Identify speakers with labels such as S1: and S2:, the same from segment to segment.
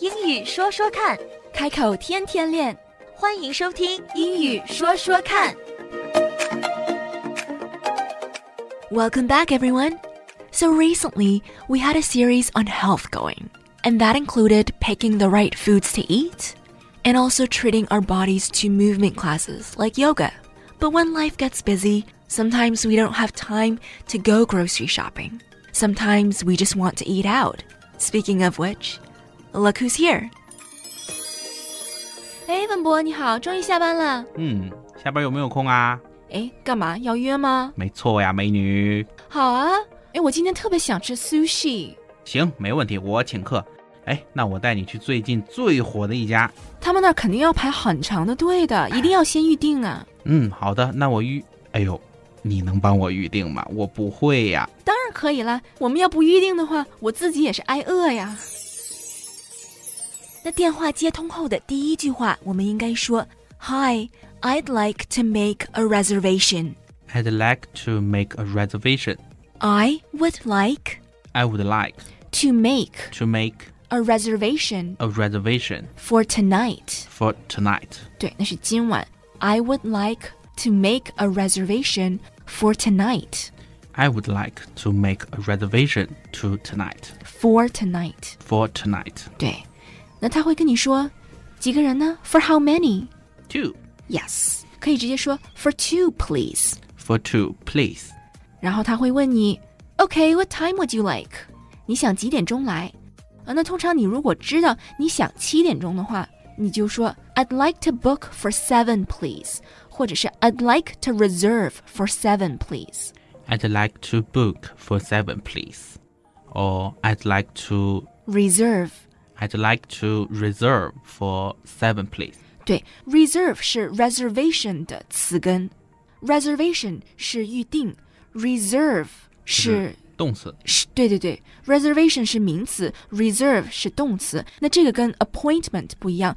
S1: 英语说说看，
S2: 开口天天练。
S1: 欢迎收听《英语说说看》。
S2: Welcome back, everyone. So recently, we had a series on health going, and that included picking the right foods to eat and also treating our bodies to movement classes like yoga. But when life gets busy, sometimes we don't have time to go grocery shopping. Sometimes we just want to eat out. Speaking of which, look who's here. 哎，文博你好，终于下班了。
S3: 嗯，下班有没有空啊？
S2: 哎，干嘛要约吗？
S3: 没错呀，美女。
S2: 好啊。哎，我今天特别想吃 sushi。
S3: 行，没问题，我请客。哎，那我带你去最近最火的一家。
S2: 他们那儿肯定要排很长的队的，一定要先预定啊。
S3: 嗯，好的，那我预……哎呦，你能帮我预定吗？我不会呀。
S2: 当然可以啦，我们要不预定的话，我自己也是挨饿呀。那电话接通后的第一句话，我们应该说：“Hi, I'd like to make a reservation.
S3: I'd like to make a reservation.
S2: I would like
S3: I would like
S2: to make
S3: to make
S2: a reservation
S3: a reservation
S2: for tonight.”
S3: for tonight.
S2: 对，那是今晚。I would like to make a reservation for tonight.
S3: I would like to make a reservation to tonight
S2: For tonight.
S3: for tonight.
S2: 对，那他会跟你说几个人呢？For how many?
S3: Two
S2: Yes，可以直接说 For two, please。
S3: for two, please.
S2: 然后他会问你，OK, what time would you like？你想几点钟来？啊，那通常你如果知道你想七点钟的话，你就说 I'd like to book for seven, please，或者是 I'd like to reserve for seven, please。
S3: I'd like to book for seven, please. Or I'd like to
S2: Reserve，
S3: I'd like to reserve for seven, please.
S2: 对，reserve 是 reservation 的词根，reservation 是预定，reserve 是
S3: 动词
S2: 是，对对对，reservation 是名词，reserve 是动词。那这个跟 appointment 不一样。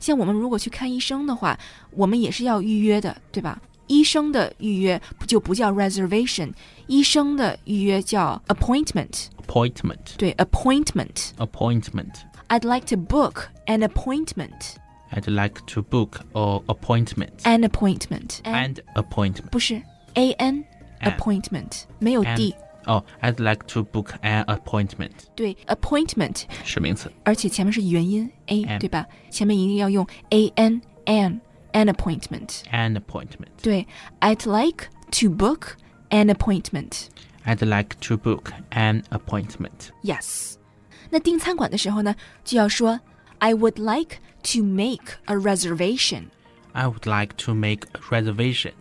S2: 像我们如果去看医生的话，我们也是要预约的，对吧？医生的预约不就不叫 reservation，医生的预约叫 appointment
S3: ，appointment,
S2: 对。appointment。
S3: appointment.
S2: I'd like to book an appointment.
S3: I'd like to book or appointment
S2: An appointment. An-
S3: and appointment.
S2: 不是 a n
S3: An-
S2: appointment 没有
S3: And,
S2: d。
S3: oh, I'd like to book an appointment
S2: 对 appointment
S3: 是名词。
S2: 而且前面是元音 a，、
S3: An
S2: 对吧？前面一定要用 a n an an appointment。
S3: An appointment.
S2: 对，I'd like to book an appointment.
S3: I'd like to book an appointment.
S2: Yes。那订餐馆的时候呢，就要说 I would like to make a reservation.
S3: I would like to make a reservation.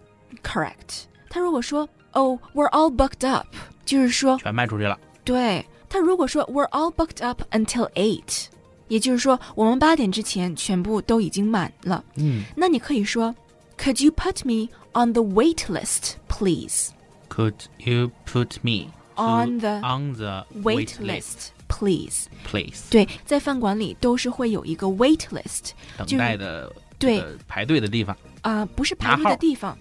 S2: Correct。他如果说 Oh, we're all booked up，就是说
S3: 全卖出去了。
S2: 对他如果说 We're all booked up until eight，也就是说我们八点之前全部都已经满了。
S3: 嗯，
S2: 那你可以说 Could you put me on the wait list, please?
S3: Could you put me to-
S2: On the
S3: on the
S2: Wait
S3: list,
S2: list, please.
S3: please？
S2: 对，在饭馆里都是会有一个 wait list，
S3: 等
S2: 就是
S3: 待的
S2: 对
S3: 这个排队的地方。
S2: 啊、不是排队
S3: 拿
S2: 的
S3: 号
S2: 地方。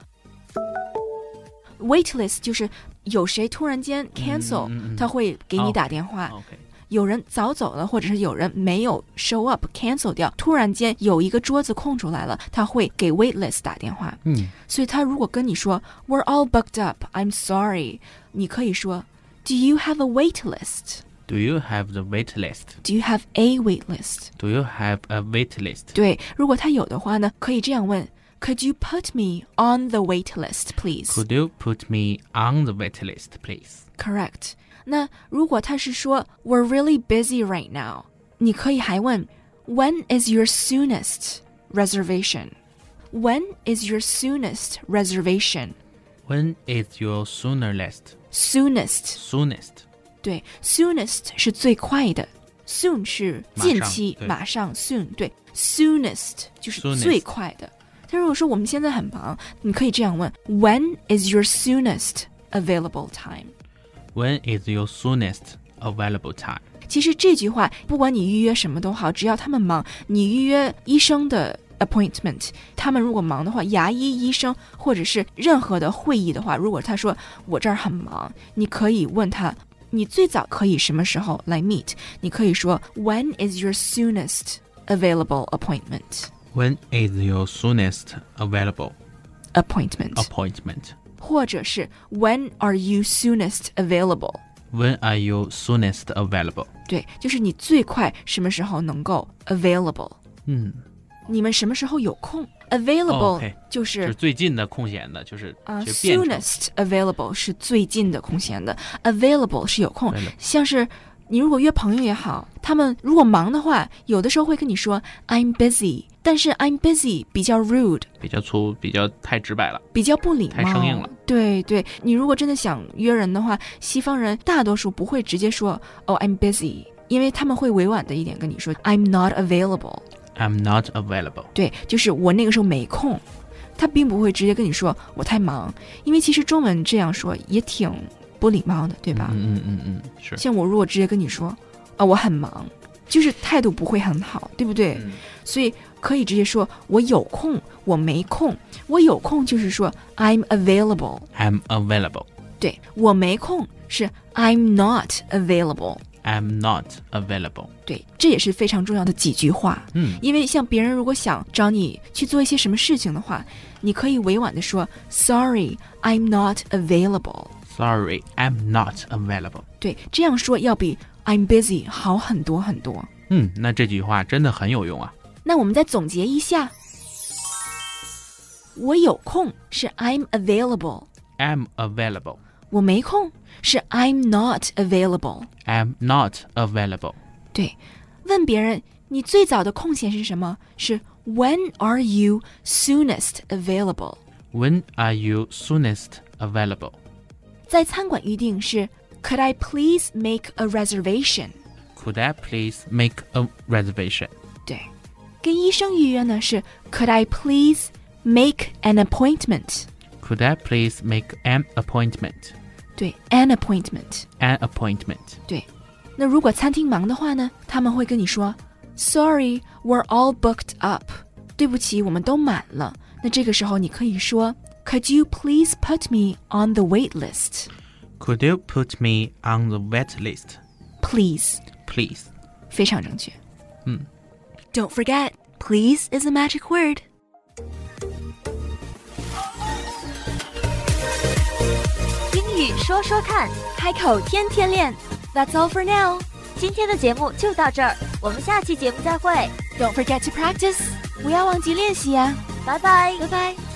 S2: Wait list 就是有谁突然间 cancel，、
S3: 嗯嗯
S2: 他会给你
S3: 哦
S2: 打电话。
S3: OK，
S2: 有人早走了，或者是有人没有 show up cancel 掉，突然间有一个桌子空出来了，他会给 waitlist 打电话。
S3: 嗯
S2: 所以他如果跟你说 We're all booked up, I'm sorry，你可以说 Do you have a wait list?
S3: ，Do you have the wait list？
S2: Do you have a wait list?
S3: Do you have a wait list?
S2: 对，如果他有的话呢，可以这样问 Could you put me on the wait list, please?
S3: Could you put me on the wait list, please?
S2: Correct。那如果他是说 We're really busy right now，你可以还问 When is your soonest reservation? When is your soonest reservation?
S3: When is your soonest?
S2: Soonest，
S3: Soonest.
S2: 对，soonest 是最快的，soon 是
S3: 马上
S2: 近期，
S3: 对
S2: 马上 soon，对，soonest 就是最
S3: Soonest
S2: 快的。但如果说我们现在很忙，你可以这样问：When is your soonest available time？
S3: When is your soonest available time?
S2: 其实这句话，不管你预约什么都好，只要他们忙，你预约医生的 appointment，他们如果忙的话，牙医、医生或者是任何的会议的话，如果他说我这儿很忙，你可以问他你最早可以什么时候来 meet？你可以说 When is your soonest available appointment?
S3: When is your soonest available
S2: Appointment，、
S3: appointment?
S2: 或者是 When are you soonest available？
S3: When are you soonest available?
S2: 对，就是你最快什么时候能够 available？
S3: 嗯，
S2: 你们什么时候有空？Available、
S3: 哦 OK，
S2: 就
S3: 就是是最近的空闲的，就是
S2: 啊、
S3: 就
S2: s
S3: 变
S2: o o
S3: 成
S2: n e s t available 是最近的空闲的，available 是有空
S3: Available。
S2: 像是你如果约朋友也好，他们如果忙的话，有的时候会跟你说 I'm busy，但是 I'm busy 比较 rude，
S3: 比较粗，比较太直白了。
S2: 比较不礼貌，
S3: 太生硬了。
S2: 对对，你如果真的想约人的话，西方人大多数不会直接说哦、I'm busy，因为他们会委婉的一点跟你说 I'm not available。
S3: I'm not available.
S2: 对，就是我那个时候没空。他并不会直接跟你说我太忙，因为其实中文这样说也挺不礼貌的，对吧？
S3: 嗯嗯嗯嗯，是。
S2: 像我如果直接跟你说啊我很忙，就是态度不会很好，对不对？
S3: 嗯
S2: 所以可以直接说我有空，我没空。我有空就是说 I'm available，
S3: I'm available.
S2: 对我没空是 I'm not available。
S3: I'm not available.
S2: 对，这也是非常重要的几句话。
S3: 嗯
S2: 因为像别人如果想找你去做一些什么事情的话，你可以委婉的说 Sorry, I'm not available。
S3: ，Sorry, I'm not available.
S2: 对，这样说要比 I'm busy 好很多很多。
S3: 嗯，那这句话真的很有用啊。
S2: 那我们再总结一下，我有空是 I'm available，
S3: I'm available.
S2: 我没空是 I'm not available。
S3: I'm not available.
S2: 对，问别人你最早的空闲是什么？是 When are you soonest available？
S3: When are you soonest available?
S2: 在餐馆预定是 Could I please make a reservation？
S3: Could I please make a reservation?
S2: 对，跟医生预约呢是 Could I please make an appointment？
S3: Could I please make an appointment?
S2: 对，an appointment。
S3: An appointment.
S2: 对，那如果餐厅忙的话呢，他们会跟你说 Sorry, we're all booked up。对不起，我们都满了。那这个时候你可以说 Could you please put me on the wait list?
S3: Could you put me on the wait list,
S2: Please，
S3: please?
S2: 非常正确。
S3: 嗯
S2: ，Don't forget
S1: Please is a magic word.英语说说看，开口天天练。That's all for now. 今天的节目就到这儿，我们下期节目再会。啊
S2: Don't forget to practice，不要忘记练习呀、
S1: 拜拜，拜拜。